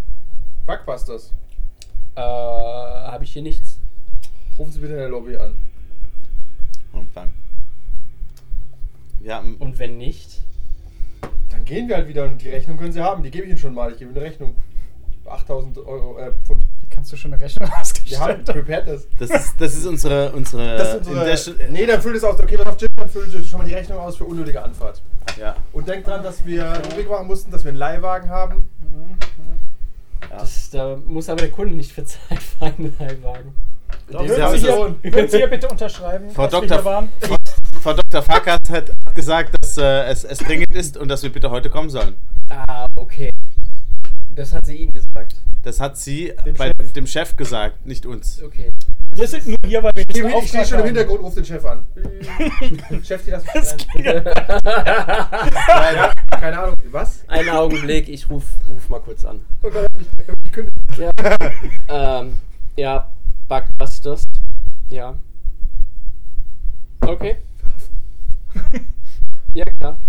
Speaker 3: Bugbusters.
Speaker 6: Äh, habe ich hier nichts.
Speaker 3: Rufen Sie bitte in der Lobby an.
Speaker 4: Und dann. Wir haben,
Speaker 6: Und wenn nicht?
Speaker 3: Dann gehen wir halt wieder und die Rechnung können sie haben. Die gebe ich Ihnen schon mal. Ich gebe Ihnen eine Rechnung. 8000 Euro, äh, Pfund.
Speaker 5: Wie kannst du schon eine Rechnung
Speaker 3: Wir haben
Speaker 5: ausgestellt? haben?
Speaker 3: Preparedness.
Speaker 4: das, ist, das ist unsere. unsere,
Speaker 3: Das sind
Speaker 4: in der
Speaker 3: unsere,
Speaker 4: Stu-
Speaker 3: nee, dann füllt es aus. Okay, pass auf, Jim, dann füllt schon mal die Rechnung aus für unnötige Anfahrt.
Speaker 4: ja.
Speaker 3: Und denkt dran, dass wir einen Weg machen mussten, dass wir einen Leihwagen haben.
Speaker 6: Das, da muss aber der Kunde nicht für Zeit fahren, Leihwagen.
Speaker 3: Doch,
Speaker 4: Sie haben so-
Speaker 5: Können Sie hier bitte unterschreiben?
Speaker 4: Frau
Speaker 5: dass wir
Speaker 4: Doktor-
Speaker 5: hier waren?
Speaker 4: Frau Dr. Farkas hat hat gesagt, dass äh, es, es dringend ist und dass wir bitte heute kommen sollen.
Speaker 6: Ah, okay. Das hat sie Ihnen gesagt.
Speaker 4: Das hat sie
Speaker 3: Dem
Speaker 4: bei
Speaker 3: Chef.
Speaker 4: dem Chef gesagt, nicht uns.
Speaker 6: Okay.
Speaker 5: Wir sind nur hier, weil wir
Speaker 3: Ich,
Speaker 5: diesen
Speaker 3: ich stehe
Speaker 5: Auftrag
Speaker 3: schon im
Speaker 5: haben.
Speaker 3: Hintergrund, ruft den Chef an. Chef, die das
Speaker 4: Nein,
Speaker 3: Keine Ahnung. Was?
Speaker 6: Einen Augenblick, ich ruf, ruf mal kurz an.
Speaker 3: Oh Gott, hab ich, hab ich gekündigt.
Speaker 6: Ja. ähm, ja, Bugbusters. Ja. Okay. ja, klar.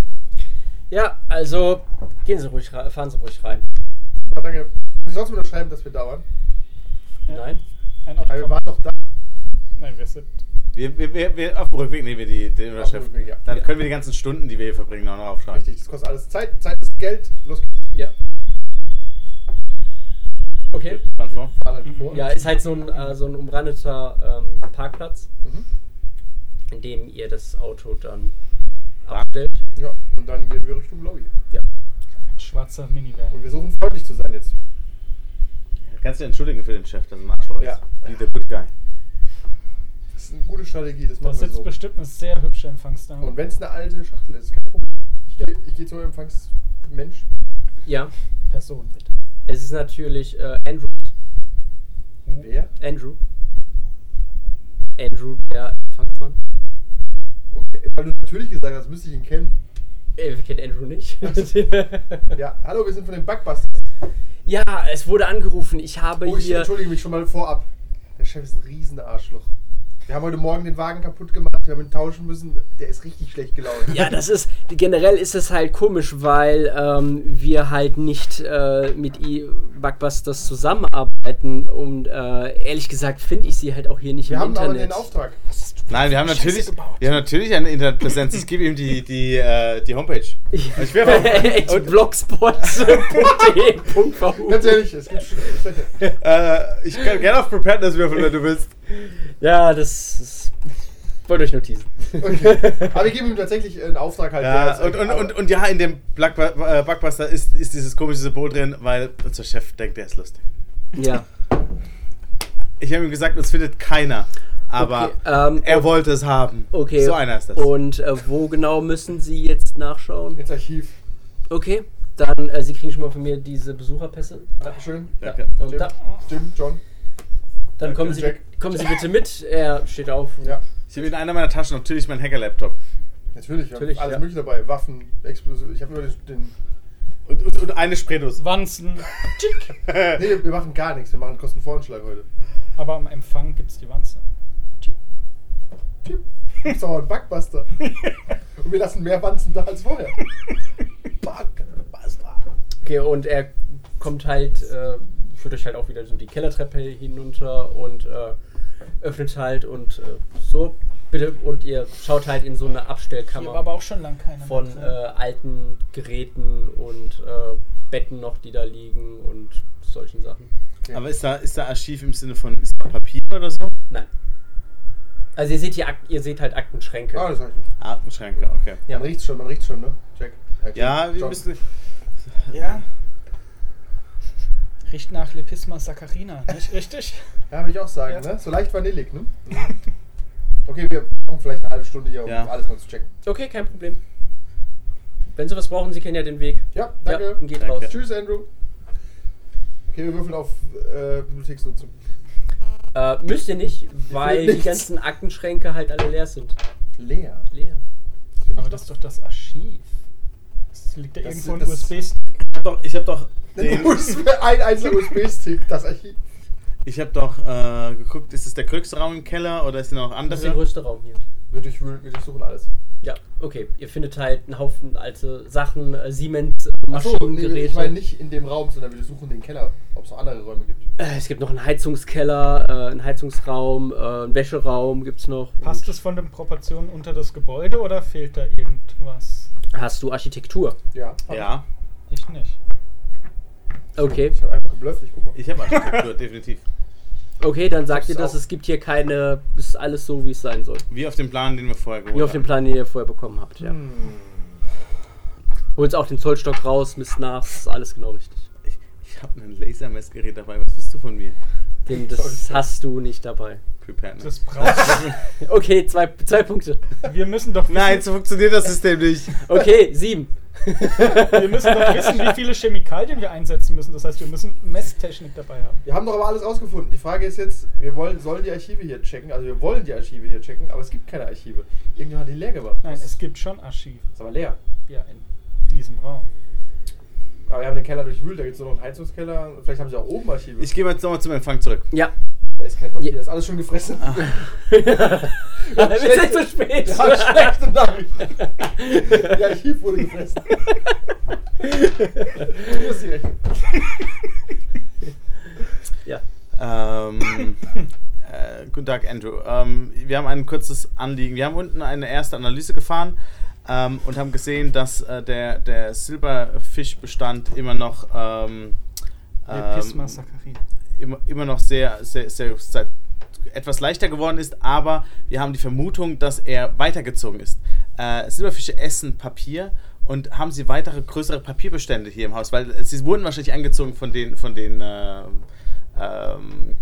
Speaker 6: Ja, also gehen Sie ruhig rein, fahren Sie ruhig rein.
Speaker 3: Ah, Danke. Sie sonst unterschreiben, dass wir dauern.
Speaker 5: Ja.
Speaker 6: Nein?
Speaker 5: Ein
Speaker 3: Aber wir
Speaker 5: Auftrag.
Speaker 3: waren doch da.
Speaker 5: Nein, wir sind.
Speaker 4: wir, wir, wir, wir auf dem Rückweg nehmen wir die, den
Speaker 3: Auf dem
Speaker 4: Unterschrift.
Speaker 3: Rückweg, ja.
Speaker 4: Dann können wir die ganzen Stunden, die wir hier verbringen, auch noch aufschreiben.
Speaker 3: Richtig, das kostet alles Zeit. Zeit ist Geld. Los geht's.
Speaker 6: Ja. Okay.
Speaker 4: Dann vor.
Speaker 3: Fahr halt vor.
Speaker 6: Ja, ist halt so ein, äh, so ein umrandeter ähm, Parkplatz,
Speaker 3: Mhm.
Speaker 6: in dem ihr das Auto dann abstellt.
Speaker 3: ja. Und dann gehen wir Richtung Lobby.
Speaker 5: Ein schwarzer Minivan.
Speaker 3: Und wir suchen freundlich zu sein jetzt.
Speaker 4: Kannst du dich entschuldigen für den Chef, dass er ein Arschloch ist.
Speaker 3: Ja.
Speaker 4: Wie der Good Guy.
Speaker 3: Das ist eine gute Strategie, das
Speaker 5: Da
Speaker 3: machen wir
Speaker 5: sitzt
Speaker 3: so.
Speaker 5: bestimmt eine sehr hübsche Empfangsdame.
Speaker 3: Und wenn es eine alte Schachtel ist, kein Problem. Ich, geh- ich gehe zum Empfangsmensch.
Speaker 6: Ja,
Speaker 5: Person, bitte.
Speaker 6: es ist natürlich äh, Andrew.
Speaker 3: Wer?
Speaker 6: Andrew. Andrew, der Empfangsmann.
Speaker 3: Okay. Weil du natürlich gesagt hast, müsste ich ihn kennen.
Speaker 6: Äh, wir kennen Andrew nicht.
Speaker 3: Ja, hallo, wir sind von den Bugbusters.
Speaker 6: ja, es wurde angerufen. Ich habe
Speaker 3: Oh, ich
Speaker 6: hier.
Speaker 3: entschuldige mich schon mal vorab. Der Chef ist ein riesen Arschloch. Wir haben heute Morgen den Wagen kaputt gemacht, wir haben ihn tauschen müssen. Der ist richtig schlecht gelaunt.
Speaker 6: Ja, das ist generell ist es halt komisch, weil ähm, wir halt nicht äh, mit e Bugbusters zusammenarbeiten und äh, ehrlich gesagt finde ich sie halt auch hier nicht
Speaker 3: Wir
Speaker 6: im
Speaker 3: haben aber
Speaker 6: Internet.
Speaker 3: den Auftrag.
Speaker 4: Nein, wir haben
Speaker 5: Scheiße
Speaker 4: natürlich,
Speaker 5: gebaut.
Speaker 4: wir haben natürlich eine Internetpräsenz. Ich gebe ihm die, die, äh, die Homepage. Ich werfe
Speaker 6: Echt blogspot.de.vu.
Speaker 3: Ganz ehrlich, es gibt Schlechte.
Speaker 4: äh, ich kann gerne auf Preparedness würfeln, wenn du willst.
Speaker 6: Ja, das ist. Wollte euch nur teasen.
Speaker 3: Okay. Aber wir geben ihm tatsächlich einen Auftrag halt.
Speaker 4: Ja, und, und, und, und ja, in dem Black- äh, Blockbuster ist, ist dieses komische Symbol drin, weil unser Chef denkt, der ist lustig.
Speaker 6: Ja.
Speaker 4: Ich habe ihm gesagt, uns findet keiner. Aber
Speaker 6: Okay, ähm,
Speaker 4: er wollte es haben.
Speaker 6: Okay.
Speaker 4: So einer ist das.
Speaker 6: Und äh, wo genau müssen Sie jetzt nachschauen?
Speaker 3: ins Archiv.
Speaker 6: Okay, dann äh, Sie kriegen schon mal von mir diese Besucherpässe.
Speaker 3: Dankeschön.
Speaker 4: Danke.
Speaker 6: Und
Speaker 3: Jim,
Speaker 6: da,
Speaker 3: Jim, John.
Speaker 6: dann kommen Sie,
Speaker 3: Jack.
Speaker 6: kommen Sie bitte mit. Er steht auf. und-
Speaker 3: Ja,
Speaker 4: Ich habe in einer meiner Taschen natürlich meinen Hacker-Laptop.
Speaker 3: natürlich. Wir
Speaker 6: Natürlich,
Speaker 3: haben alles
Speaker 6: ja.
Speaker 3: Mögliche dabei. Waffen, Explosive. Ich habe nur den. den
Speaker 4: Und, und, und eine Spredus.
Speaker 5: Wanzen.
Speaker 3: nee, wir machen gar nichts. Wir machen einen Kostenvoranschlag heute.
Speaker 5: Aber am Empfang gibt's die Wanze.
Speaker 3: Gibt's auch einen Bugbuster. Und wir lassen mehr Wanzen da als vorher. Bugbuster.
Speaker 6: Okay, und er kommt halt, äh, führt euch halt auch wieder so die Kellertreppe hinunter und äh, öffnet halt und äh, so. Bitte, und ihr schaut halt in so eine
Speaker 5: Hier war aber
Speaker 6: Abstellkammer
Speaker 5: auch schon lang keiner.
Speaker 6: von äh,
Speaker 5: mehr drin.
Speaker 6: alten Geräten und äh, Betten noch, die da liegen und solchen Sachen.
Speaker 4: Aber ist da, ist da Archiv im Sinne von ist da Papier oder so?
Speaker 6: Nein. Also ihr seht, hier Ak ihr seht halt Aktenschränke.
Speaker 3: Ah, das reicht nicht.
Speaker 4: Aktenschränke, okay.
Speaker 6: Ja.
Speaker 3: Man riecht's schon, man riecht's schon, ne? Jack. Jim,
Speaker 4: Ja, wir
Speaker 3: John.
Speaker 4: müssen.
Speaker 5: ja. Riecht nach Lepisma saccharina, nicht richtig?
Speaker 3: Ja, würde ich auch sagen,
Speaker 5: Ja.
Speaker 3: ne? So leicht vanillig, ne? okay, wir brauchen vielleicht eine halbe Stunde hier, um
Speaker 4: Ja.
Speaker 3: alles mal zu checken.
Speaker 6: Okay, kein Problem. Wenn sie was brauchen, sie kennen ja den Weg.
Speaker 3: Ja, danke.
Speaker 6: Ja, geht
Speaker 4: Danke.
Speaker 6: raus.
Speaker 3: Tschüss, Andrew. Okay, wir würfeln auf äh, Bibliotheksnutzung.
Speaker 6: Äh, müsst ihr nicht, weil die
Speaker 3: Nichts.
Speaker 6: ganzen Aktenschränke halt alle leer sind.
Speaker 3: Leer.
Speaker 6: Leer.
Speaker 5: Aber das ist doch das Archiv. Das liegt da
Speaker 3: Das-
Speaker 5: irgendwo ein
Speaker 3: das-
Speaker 5: USB-Stick.
Speaker 4: Ich hab doch, ich hab doch, den,
Speaker 3: USB, ein einzelner USB-Stick, das Archiv.
Speaker 4: ich hab doch äh, geguckt, ist das der größte Raum im Keller oder ist da noch
Speaker 6: Das ist der
Speaker 4: andere?
Speaker 6: größte Raum hier.
Speaker 3: Wir, durchwühlen, wir durchsuchen alles.
Speaker 6: Ja, okay. Ihr findet halt einen Haufen alte Sachen, äh, Siemens
Speaker 3: Achso, nee,
Speaker 6: Maschinengeräte.
Speaker 3: ich meine nicht in dem Raum, sondern wir suchen den Keller, ob es noch andere Räume gibt.
Speaker 6: Äh, Es gibt noch einen Heizungskeller, äh, einen Heizungsraum, äh, einen Wäscheraum gibt es noch.
Speaker 5: Passt es von den Proportionen unter das Gebäude oder fehlt da irgendwas?
Speaker 6: Hast du Architektur?
Speaker 3: Ja.
Speaker 4: Ja,
Speaker 5: Ich nicht.
Speaker 6: Okay.
Speaker 3: Ich habe einfach geblufft, ich guck mal.
Speaker 4: ich habe Architektur, definitiv.
Speaker 6: Okay, dann sagt ihr
Speaker 3: Das
Speaker 6: das,
Speaker 3: ist auch-
Speaker 6: es gibt hier keine. Es ist alles so, wie es sein soll.
Speaker 4: Wie auf dem Plan, den wir vorher geholt
Speaker 6: Wie auf dem
Speaker 4: haben.
Speaker 6: Plan, den ihr vorher bekommen habt, ja.
Speaker 5: Hm.
Speaker 6: Holt auch den Zollstock raus, misst nach, es ist alles genau richtig.
Speaker 4: Ich, ich habe ein Lasermessgerät dabei. Was bist du von mir?
Speaker 6: Den, das hast du nicht dabei.
Speaker 4: Prepared. ne?
Speaker 5: Das brauchst
Speaker 6: Okay, zwei, zwei Punkte.
Speaker 5: du. Wir müssen doch wissen,
Speaker 4: Nein, so funktioniert das System nicht.
Speaker 6: Okay, sieben.
Speaker 5: wir müssen doch wissen, wie viele Chemikalien wir einsetzen müssen. Das heißt, wir müssen Messtechnik dabei haben.
Speaker 3: Wir haben doch aber alles ausgefunden. Die Frage ist jetzt, wir wollen, sollen die Archive hier checken, also wir wollen die Archive hier checken, aber es gibt keine Archive. Irgendjemand hat die leer gemacht.
Speaker 5: Nein, es gibt schon Archiv.
Speaker 3: ist aber leer.
Speaker 5: Ja, in diesem Raum.
Speaker 3: Aber wir haben den Keller durchwühlt, da gibt es noch einen Heizungskeller. Vielleicht haben sie auch oben Archive.
Speaker 4: Ich gehe mal jetzt nochmal zum Empfang zurück.
Speaker 6: Ja.
Speaker 3: da ist kein Papier, Ah.
Speaker 6: Ja.
Speaker 3: das ist alles schon gefressen.
Speaker 6: Wir sind zu spät.
Speaker 3: Wir haben schlechte Nachrichten. Die Archiv wurde gefressen. Hier ist die Rechnung.
Speaker 6: Ja.
Speaker 4: Ähm, äh, guten Tag, Andrew. Ähm, wir haben ein kurzes Anliegen. Wir haben unten eine erste Analyse gefahren ähm, und haben gesehen, dass äh, der, der Silberfischbestand immer noch, ähm,
Speaker 5: Der
Speaker 4: ähm,
Speaker 5: Pismasakarin.
Speaker 4: immer, immer noch sehr, sehr, sehr, sehr etwas leichter geworden ist, aber wir haben die Vermutung, dass er weitergezogen ist. Äh, Silberfische essen Papier und haben sie weitere größere Papierbestände hier im Haus, weil sie wurden wahrscheinlich angezogen von den, von den ähm, ähm,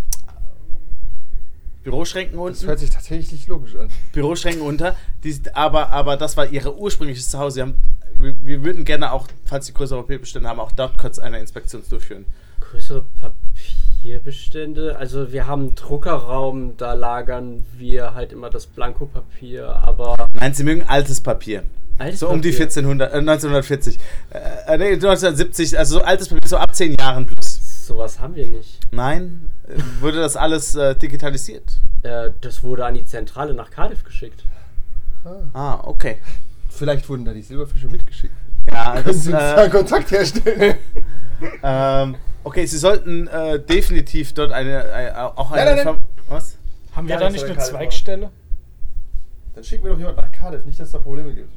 Speaker 4: Büroschränken unten.
Speaker 3: Das hört sich tatsächlich logisch an.
Speaker 4: Büroschränken unter. Die, aber, aber das war ihre ursprüngliches Zuhause. Sie haben, wir, wir würden gerne auch, falls sie größere Papierbestände haben, auch dort kurz eine Inspektion durchführen.
Speaker 6: Größere Papierbestände. Also wir haben einen Druckerraum, da lagern wir halt immer das Blankopapier, aber
Speaker 4: Nein, sie mögen altes Papier.
Speaker 6: Altes
Speaker 4: so um die
Speaker 6: Papier?
Speaker 4: 1400, äh, 1940. Äh, nee, 1970, also so altes Papier, so ab 10 Jahren plus.
Speaker 6: sowas haben wir nicht.
Speaker 4: Nein, äh, wurde das alles äh, digitalisiert?
Speaker 6: Äh, das wurde an die Zentrale nach Cardiff geschickt.
Speaker 4: Ah, okay.
Speaker 3: Vielleicht wurden da die Silberfische mitgeschickt.
Speaker 4: Ja, das,
Speaker 3: Kannst du da
Speaker 4: äh,
Speaker 3: Kontakt herstellen?
Speaker 4: ähm, okay, Sie sollten äh, definitiv dort eine, äh, auch
Speaker 3: Nein,
Speaker 4: eine...
Speaker 3: nein, nein.
Speaker 4: Ver- Was?
Speaker 5: Haben wir
Speaker 3: Ja,
Speaker 5: da
Speaker 3: das
Speaker 5: nicht
Speaker 3: soll
Speaker 5: eine
Speaker 3: keine Frage.
Speaker 5: Zweigstelle?
Speaker 3: Dann schicken wir doch jemanden nach Cardiff, nicht, dass es da Probleme gibt.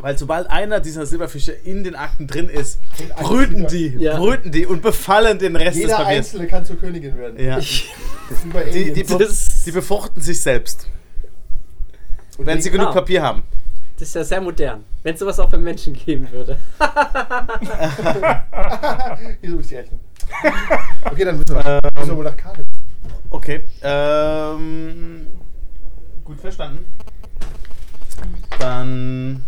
Speaker 4: Weil sobald einer dieser Silberfische in den Akten drin ist,
Speaker 3: In Akten
Speaker 4: brüten
Speaker 3: wieder.
Speaker 4: die,
Speaker 6: Ja.
Speaker 4: brüten die und befallen den Rest des
Speaker 3: Jeder
Speaker 4: Papiers.
Speaker 3: Einzelne kann zur Königin werden.
Speaker 4: Ja.
Speaker 3: Das ist wie bei
Speaker 4: Die,
Speaker 3: Aliens.
Speaker 4: die, be-
Speaker 6: Das-
Speaker 4: die befruchten sich selbst,
Speaker 3: Und genau.
Speaker 4: wenn sie
Speaker 3: wegen-
Speaker 4: genug
Speaker 6: Ah.
Speaker 4: Papier haben.
Speaker 6: Das ist ja sehr modern. Wenn es sowas auch beim Menschen geben würde.
Speaker 3: Hier ist die Rechnung. Okay, dann müssen wir, müssen wir wohl nach Cardiff.
Speaker 4: Okay. Ähm, gut verstanden. Dann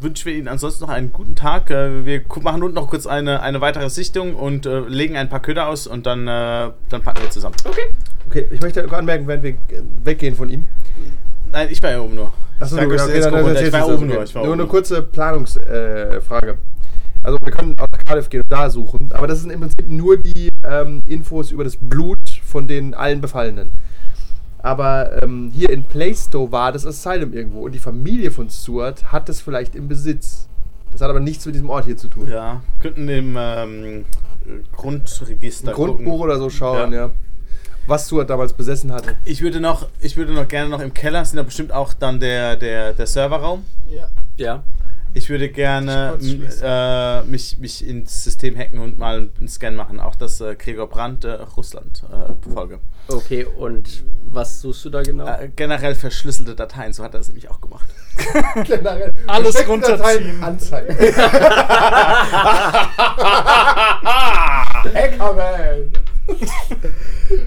Speaker 4: wünschen wir Ihnen ansonsten noch einen guten Tag. Äh, Wir gu- machen unten noch kurz eine, eine weitere Sichtung und äh, legen ein paar Köder aus und dann, äh, dann packen wir zusammen.
Speaker 3: Okay, ich möchte anmerken, wenn wir äh, weggehen von ihm.
Speaker 4: Nein, ich war ja oben nur.
Speaker 3: Achso,
Speaker 4: Ich sag,
Speaker 3: genau,
Speaker 4: jetzt
Speaker 3: okay, dann
Speaker 4: guck runter.
Speaker 3: erzählst
Speaker 4: ich war
Speaker 3: du's
Speaker 4: oben
Speaker 3: uns.
Speaker 4: nur.
Speaker 3: Okay.
Speaker 4: Ich war
Speaker 3: nur
Speaker 4: oben
Speaker 3: eine
Speaker 4: nur.
Speaker 3: kurze Planungsfrage. Äh, Frage. also wir können auch nach Cardiff gehen und da suchen, aber das sind im Prinzip nur die ähm, Infos über das Blut von den allen Befallenen. Aber ähm, hier in Plaistow war das Asylum irgendwo und die Familie von Stuart hat das vielleicht im Besitz. Das hat aber nichts mit diesem Ort hier zu tun.
Speaker 4: Ja, könnten im ähm, Grundregister
Speaker 3: Grundbuch
Speaker 4: gucken.
Speaker 3: oder so schauen,
Speaker 4: Ja.
Speaker 3: ja. Was Stuart damals besessen hatte.
Speaker 4: Ich würde noch, ich würde noch gerne noch im Keller, sind da bestimmt auch dann der, der, der Serverraum.
Speaker 5: Ja.
Speaker 6: Ja.
Speaker 4: Ich würde gerne
Speaker 5: Ich
Speaker 4: m,
Speaker 5: kurz
Speaker 4: äh, mich, mich ins System hacken und mal einen Scan machen. Auch das äh, Gregor Brandt äh, Russland-Folge.
Speaker 6: Okay, und was suchst du da genau?
Speaker 4: äh, generell verschlüsselte Dateien, so hat er es nämlich auch gemacht.
Speaker 3: Generell.
Speaker 5: Alles
Speaker 3: Versteckte
Speaker 5: runterziehen.
Speaker 3: Dateien Anzeigen. Hackerman.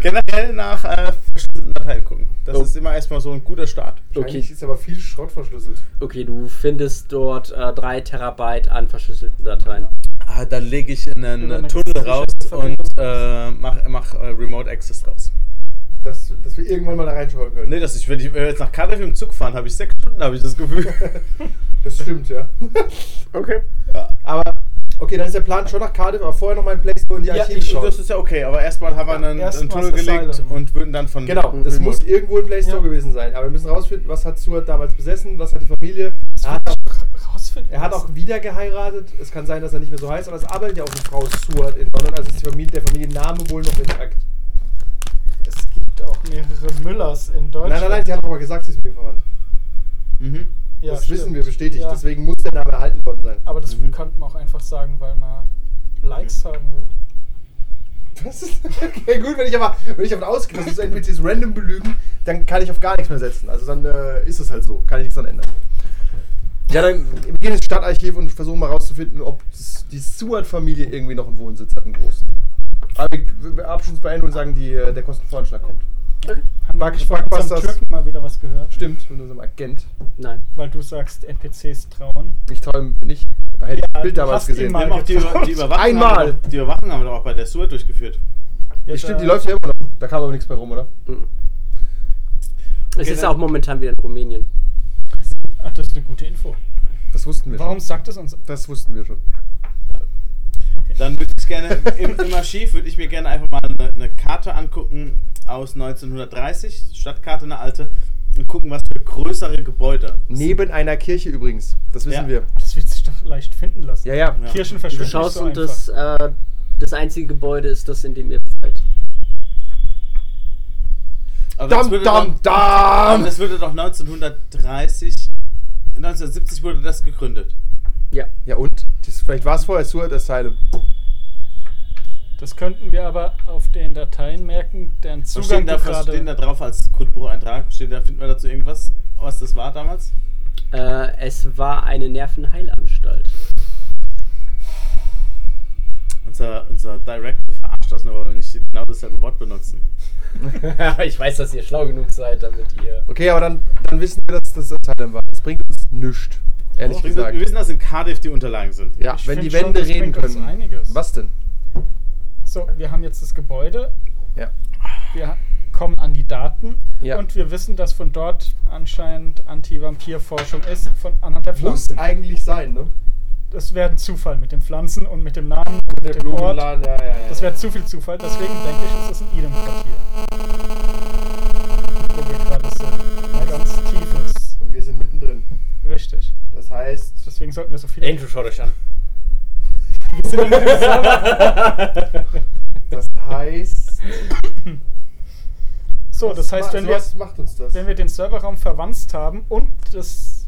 Speaker 4: generell nach äh, verschlüsselten Dateien gucken. Das ist immer erstmal so ein guter Start.
Speaker 6: Okay.
Speaker 3: Okay. ist aber viel Schrott verschlüsselt.
Speaker 6: Okay, du findest dort äh, drei Terabyte an verschlüsselten Dateien.
Speaker 4: Ah, dann lege ich einen
Speaker 5: Über
Speaker 4: äh,
Speaker 5: eine
Speaker 4: Tunnel
Speaker 5: klassische
Speaker 4: raus und
Speaker 5: Verbindung.
Speaker 4: äh, mach, mach äh, Remote Access draus.
Speaker 3: Dass, dass wir irgendwann mal da reinschauen können.
Speaker 4: Nee, das ist, wenn ich äh, jetzt nach Cardiff im Zug fahren, habe ich sechs Stunden, habe ich das Gefühl.
Speaker 3: Das stimmt, ja. okay. Aber, okay, dann ist der Plan schon nach Cardiff, aber vorher noch mal in Playstore in die
Speaker 4: ja,
Speaker 3: Archive
Speaker 4: ich,
Speaker 3: schauen.
Speaker 4: das ist ja okay, aber erstmal haben wir einen,
Speaker 5: erst
Speaker 4: einen
Speaker 5: mal
Speaker 4: Tunnel
Speaker 5: das
Speaker 4: gelegt
Speaker 5: Asylum.
Speaker 4: und würden dann von.
Speaker 3: Genau, das
Speaker 4: Remote.
Speaker 3: muss irgendwo in Playstore
Speaker 5: Ja.
Speaker 3: gewesen sein. Aber wir müssen rausfinden, was hat Stuart damals besessen, was hat die Familie.
Speaker 5: Das
Speaker 3: Ah,
Speaker 5: wird rausfinden.
Speaker 3: Er hat
Speaker 5: müssen.
Speaker 3: auch wieder geheiratet. Es kann sein, dass er nicht mehr so heißt, aber es arbeitet ja auch eine Frau Stuart in London, also ist die Familie, der Familienname wohl noch intakt.
Speaker 5: Es gibt auch mehrere Müllers in
Speaker 3: Nein,
Speaker 5: Deutschland.
Speaker 3: nein, nein, sie hat aber gesagt, sie ist mit ihm verwandt.
Speaker 4: Mhm.
Speaker 5: Ja,
Speaker 3: das wissen
Speaker 5: stimmt.
Speaker 3: wir bestätigt,
Speaker 5: Ja.
Speaker 3: deswegen muss der Name erhalten worden sein.
Speaker 5: Aber das
Speaker 4: Mhm.
Speaker 5: könnte man auch einfach sagen, weil man Likes haben will.
Speaker 3: Das ist okay, gut, wenn ich aber wenn ich davon ausgehe, dass es NPCs random belügen, dann kann ich auf gar nichts mehr setzen. Also dann äh, ist es halt so, kann ich nichts dran ändern. Ja, dann wir gehen ins Stadtarchiv und versuchen mal rauszufinden, ob s- die Stewart-Familie irgendwie noch einen Wohnsitz hat, einen großen. Aber wir beabschieden uns bei Ende und sagen, die, äh, der Kostenvoranschlag kommt.
Speaker 5: Haben
Speaker 3: Marc,
Speaker 5: wir
Speaker 3: ich frag,
Speaker 5: von
Speaker 3: was
Speaker 5: unserem
Speaker 3: das-
Speaker 5: Türken mal wieder was gehört?
Speaker 3: Stimmt, von unserem Agent.
Speaker 6: Nein.
Speaker 5: Weil du sagst, NPCs trauen.
Speaker 3: Ich traue ihm nicht. Da hätte ich
Speaker 5: Ja,
Speaker 3: ein Bild
Speaker 5: du
Speaker 3: damals
Speaker 5: hast ihn
Speaker 3: gesehen.
Speaker 5: mal-
Speaker 4: Wir haben auch die, Über- die Überwachung
Speaker 3: Einmal.
Speaker 4: Haben wir doch, die Überwachung haben wir doch auch bei der Stuart durchgeführt.
Speaker 3: Ja,
Speaker 5: Jetzt,
Speaker 3: stimmt, die
Speaker 5: äh,
Speaker 3: läuft ja immer noch. Da kam aber nichts bei rum, oder?
Speaker 6: Mhm. Es ist
Speaker 4: dann-
Speaker 5: Genau.
Speaker 6: auch momentan wieder in Rumänien.
Speaker 5: Ach, das ist eine gute Info.
Speaker 3: Das wussten wir
Speaker 5: Warum
Speaker 3: schon.
Speaker 5: sagt es uns?
Speaker 3: Das wussten wir schon.
Speaker 4: Dann würde ich gerne, im, im Archiv würde ich mir gerne einfach mal eine, eine Karte angucken aus 1930, Stadtkarte, eine alte, und gucken, was für größere Gebäude.
Speaker 3: Neben einer Kirche übrigens. Das wissen
Speaker 4: Ja.
Speaker 3: wir.
Speaker 5: Das wird sich doch leicht finden lassen.
Speaker 3: Ja, ja.
Speaker 4: Ja.
Speaker 5: Kirschen
Speaker 6: Du
Speaker 5: verschwinden
Speaker 6: schaust
Speaker 5: nicht
Speaker 6: und
Speaker 5: so
Speaker 6: das,
Speaker 5: einfach.
Speaker 6: äh, das einzige Gebäude ist das, in dem ihr seid.
Speaker 4: Aber das
Speaker 3: Dam,
Speaker 4: würde
Speaker 3: dam,
Speaker 4: doch-
Speaker 3: dam!
Speaker 4: aber Das würde doch 1930, 1970 wurde das gegründet.
Speaker 6: Ja.
Speaker 3: Ja und? Das, vielleicht war es vorher Stuart Asylum.
Speaker 5: Das könnten wir aber auf den Dateien merken, deren
Speaker 4: Was stehen
Speaker 5: Zugang
Speaker 4: da,
Speaker 5: du
Speaker 4: was stehen da
Speaker 5: gerade...
Speaker 4: drauf als Grundbucheintrag? Steht da, finden wir dazu irgendwas, was das war damals?
Speaker 6: Äh, es war eine Nervenheilanstalt.
Speaker 4: Unser, unser Director verarscht uns nur, weil wir nicht genau dasselbe Wort benutzen.
Speaker 6: ich weiß, dass ihr schlau genug seid, damit ihr.
Speaker 3: Okay, aber dann, dann wissen wir, dass das Asylum war. Das bringt uns nichts. Ehrlich
Speaker 5: Oh,
Speaker 4: Wir
Speaker 3: gesagt.
Speaker 4: wissen, dass in Cardiff die Unterlagen sind.
Speaker 3: ja,
Speaker 5: Ich
Speaker 3: wenn die
Speaker 5: find schon,
Speaker 3: Wände
Speaker 5: das
Speaker 3: reden
Speaker 5: bringt uns
Speaker 3: können.
Speaker 5: einiges.
Speaker 3: Was denn?
Speaker 5: So, wir haben jetzt das Gebäude.
Speaker 3: Ja.
Speaker 5: Wir ha- kommen an die Daten.
Speaker 3: Ja.
Speaker 5: Und wir wissen, dass von dort anscheinend Anti-Vampir-Forschung ist, von anhand der Pflanzen.
Speaker 3: eigentlich sein, ne?
Speaker 5: Das wäre ein Zufall mit den Pflanzen und mit dem Namen und mit
Speaker 3: Der
Speaker 5: dem Ort.
Speaker 3: Blumenladen, ja, ja, ja.
Speaker 5: Das wäre zu viel Zufall, deswegen denke ich, es ist ein Idem-Quartier. Wo wir gerade sind. Ein ganz tiefes.
Speaker 3: Und wir sind mittendrin.
Speaker 5: Richtig.
Speaker 3: Das heißt.
Speaker 5: Deswegen sollten wir so viel.
Speaker 2: Andrew, schaut euch an.
Speaker 3: Das heißt.
Speaker 5: So, das heißt, wenn wir,
Speaker 3: macht uns das?
Speaker 5: wenn wir den Serverraum verwanzt haben und das,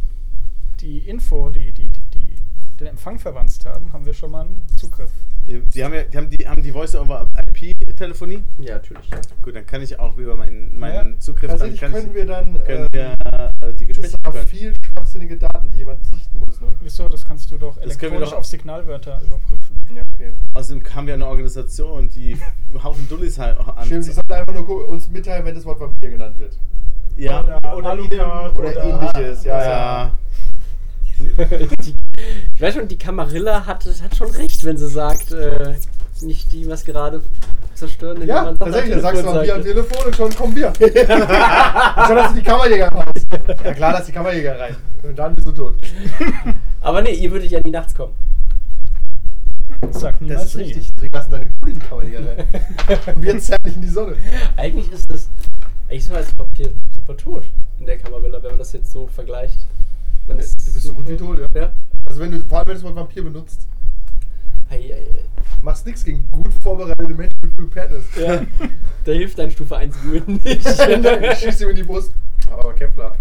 Speaker 5: die Info, die, die, die, die, den Empfang verwanzt haben, haben wir schon mal einen Zugriff.
Speaker 4: Die haben ja, die haben die, haben die Voice-over-IP-Telefonie.
Speaker 6: Ja, natürlich.
Speaker 4: Gut, dann kann ich auch über meinen, meinen
Speaker 5: Ja,
Speaker 4: Zugriff, dann kann ich,
Speaker 3: dann. ähm,
Speaker 4: können wir äh, die Gespräche hören.
Speaker 3: viel schwachsinnige Daten, die jemand sichten muss, ne?
Speaker 5: Wieso? Das kannst du doch
Speaker 4: Das können wir
Speaker 5: elektronisch
Speaker 4: doch-
Speaker 5: auf Signalwörter überprüfen.
Speaker 3: Ja, okay.
Speaker 4: Außerdem haben wir eine Organisation, die einen Haufen Dullis halt auch an.
Speaker 3: Stimmt, sie sollten einfach nur gu- uns mitteilen, wenn das Wort Vampir genannt wird.
Speaker 4: ja.
Speaker 5: Oder Alucard
Speaker 3: Oder ähnliches, ja, ja.
Speaker 4: ja.
Speaker 6: Ich weiß schon, die Kamarilla hat, hat schon recht, wenn sie sagt, äh, nicht die Maskerade zerstören, indem
Speaker 3: Ja,
Speaker 6: man
Speaker 3: tatsächlich, da sagst du
Speaker 6: Telefon
Speaker 3: Vampir am
Speaker 6: sagt.
Speaker 3: Telefon und schon kommen wir. und schon hast du die Kammerjäger raus. Ja klar, lass die Kammerjäger rein. Und dann bist du tot.
Speaker 6: Aber nee, ihr würdet ja nie nachts kommen.
Speaker 5: Sag niemals
Speaker 3: Das ist
Speaker 5: nie.
Speaker 3: richtig. Deswegen lassen deine Kuhle die Kammerjäger rein. Und wir zärtlich in die Sonne.
Speaker 6: Eigentlich ist das. Eigentlich ist das Papier super tot in der Kamarilla, wenn man das jetzt so vergleicht. Man
Speaker 3: Du
Speaker 6: ist
Speaker 3: bist so gut wie tot, ja.
Speaker 6: Ja.
Speaker 3: Also wenn du, vor allem wenn du das Wort Vampir benutzt,
Speaker 6: Ei, ei, ei.
Speaker 3: machst nichts gegen gut vorbereitete Menschen mit Preparedness.
Speaker 6: Ja, da hilft dein Stufe 1 Gurt nicht.
Speaker 3: Ich schieß ihm in die Brust. Aber Kevlar.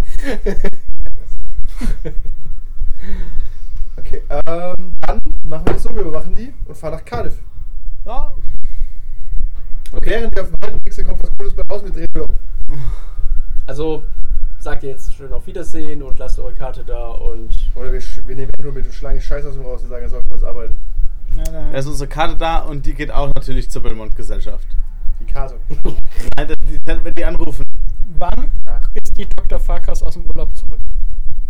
Speaker 3: Okay, ähm, dann machen wir das so, wir überwachen die und fahren nach Cardiff.
Speaker 5: Ja,
Speaker 3: Und während wir auf dem Halbweg sind, kommt was Cooles bei raus, wir drehen wieder um.
Speaker 6: Also sagt ihr jetzt schön auf Wiedersehen und lasst eure Karte da und
Speaker 3: Oder wir, sch- wir nehmen Andrew mit und schlagen die Scheiße aus ihm raus und sagen, er soll für uns arbeiten.
Speaker 5: nein, nein.
Speaker 4: Da ist unsere Karte da und die geht auch natürlich zur Belmont-Gesellschaft.
Speaker 3: Die Karte.
Speaker 4: Nein, das- die- Wenn die anrufen,
Speaker 3: Äh,
Speaker 5: Wann ist die Dr. Farkas aus dem Urlaub zurück?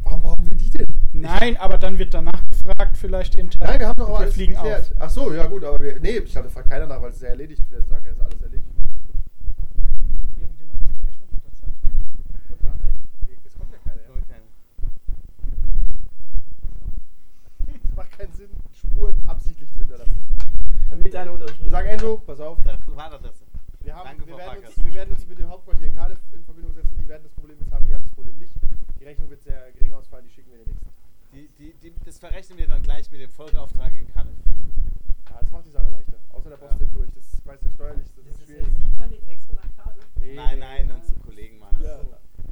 Speaker 3: Warum brauchen wir die denn?
Speaker 5: Nein, aber dann wird danach gefragt, vielleicht intern.
Speaker 3: Nein, wir haben doch
Speaker 5: Und
Speaker 3: aber
Speaker 5: wir
Speaker 3: alles
Speaker 5: fliegen
Speaker 3: geklärt.
Speaker 5: auf.
Speaker 3: Ach so, ja gut, aber wir. Nee, ich dachte, fragt keiner nach, weil es ist ja erledigt. Wir sagen, jetzt ist alles erledigt.
Speaker 5: Irgendjemand muss dir echt mal mit der Zeit.
Speaker 3: Es kommt ja keiner. Es macht keinen Sinn, Spuren absichtlich zu hinterlassen.
Speaker 6: mit deiner Unterschrift.
Speaker 3: Wir sagen, Andrew, pass auf. Wir, haben,
Speaker 4: Danke,
Speaker 3: wir,
Speaker 4: Frau
Speaker 3: werden uns,
Speaker 4: Parkas.
Speaker 3: wir werden uns mit dem Hauptquartier in Cardiff in Verbindung setzen. Die werden das Problem jetzt haben, die haben das Problem nicht. Die Rechnung wird sehr gering ausfallen, die schicken wir in den nächsten. Tag.
Speaker 4: Die, die, die, das verrechnen wir dann gleich mit dem Folgeauftrag in Kalle.
Speaker 3: Ja, das macht die Sache leichter. Außer der Boss
Speaker 4: Ja.
Speaker 3: ja. durch. Das weiß der steuerlich, das,
Speaker 7: Das
Speaker 3: ist
Speaker 7: ist
Speaker 3: schwierig.
Speaker 7: Sie fahren jetzt extra nach Cardiff.
Speaker 3: Nee,
Speaker 4: Nein, nein, unsere Kollegen machen das.
Speaker 3: Ja.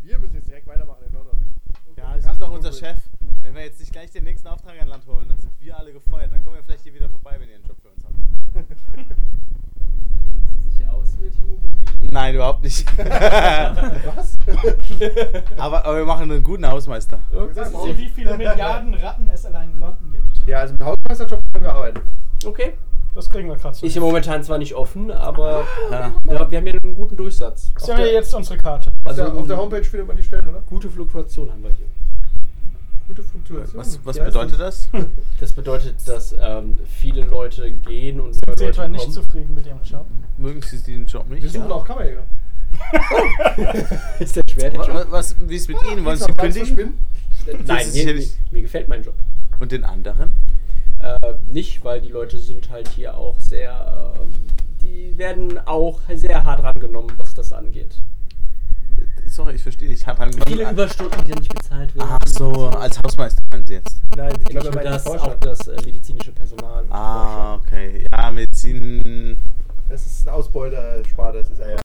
Speaker 3: Wir müssen jetzt direkt weitermachen in London.
Speaker 4: Ja, das ist doch unser Chef. Wenn wir jetzt nicht gleich den nächsten Auftrag an Land holen, dann sind wir alle gefeuert. Dann kommen wir vielleicht hier wieder vorbei, wenn ihr einen Job für uns habt.
Speaker 6: Kennen Sie sich aus mit Hugo?
Speaker 4: Nein, überhaupt nicht.
Speaker 3: Was?
Speaker 4: aber, aber wir machen einen guten Hausmeister.
Speaker 5: Das ist so, wie viele Milliarden Ratten es allein in London gibt.
Speaker 3: Ja, also mit Hausmeisterjob können wir arbeiten.
Speaker 6: Okay.
Speaker 5: Das kriegen wir gerade so.
Speaker 6: Ist ja momentan zwar nicht offen, aber ja, wir haben ja einen guten Durchsatz.
Speaker 5: Das ist ja jetzt unsere Karte.
Speaker 3: Also auf der Homepage findet man die Stellen, oder?
Speaker 6: Gute Fluktuation haben wir hier.
Speaker 3: Gute Fluktuation.
Speaker 4: Was, was
Speaker 3: Ja,
Speaker 4: bedeutet das?
Speaker 6: Das bedeutet, dass ähm, viele Leute gehen und neue
Speaker 5: Sind etwa
Speaker 6: Leute
Speaker 5: nicht
Speaker 6: kommen.
Speaker 5: zufrieden mit ihrem Job?
Speaker 4: Mögen Sie den Job
Speaker 3: Wir
Speaker 4: nicht?
Speaker 3: suchen auch Kammerjäger.
Speaker 6: Ist der schwer, der Job?
Speaker 4: Was, was, wie ist mit Ihnen? Wollen
Speaker 3: Gibt's
Speaker 4: Sie
Speaker 3: noch Platz für
Speaker 4: kündigen?
Speaker 3: Spinnen?
Speaker 6: Nein, nee,
Speaker 4: ist
Speaker 6: mir,
Speaker 4: sicherlich-
Speaker 6: mir gefällt mein Job.
Speaker 4: Und den anderen?
Speaker 6: Äh, nicht, weil die Leute sind halt hier auch sehr, ähm, die werden auch sehr hart rangenommen, was das angeht.
Speaker 4: Sorry, ich verstehe nicht. Hat
Speaker 6: Viele Überstunden, die dann nicht bezahlt werden.
Speaker 4: Ach so, als Hausmeister meinen Sie jetzt.
Speaker 3: Nein, ich glaube,
Speaker 6: Nicht
Speaker 3: er
Speaker 6: nur
Speaker 3: meint die
Speaker 6: das,
Speaker 3: Forscher.
Speaker 6: auch das äh, medizinische Personal.
Speaker 4: Ah, okay. Ja, Medizin.
Speaker 3: Das ist ein Ausbeuterspar, das ist er ja.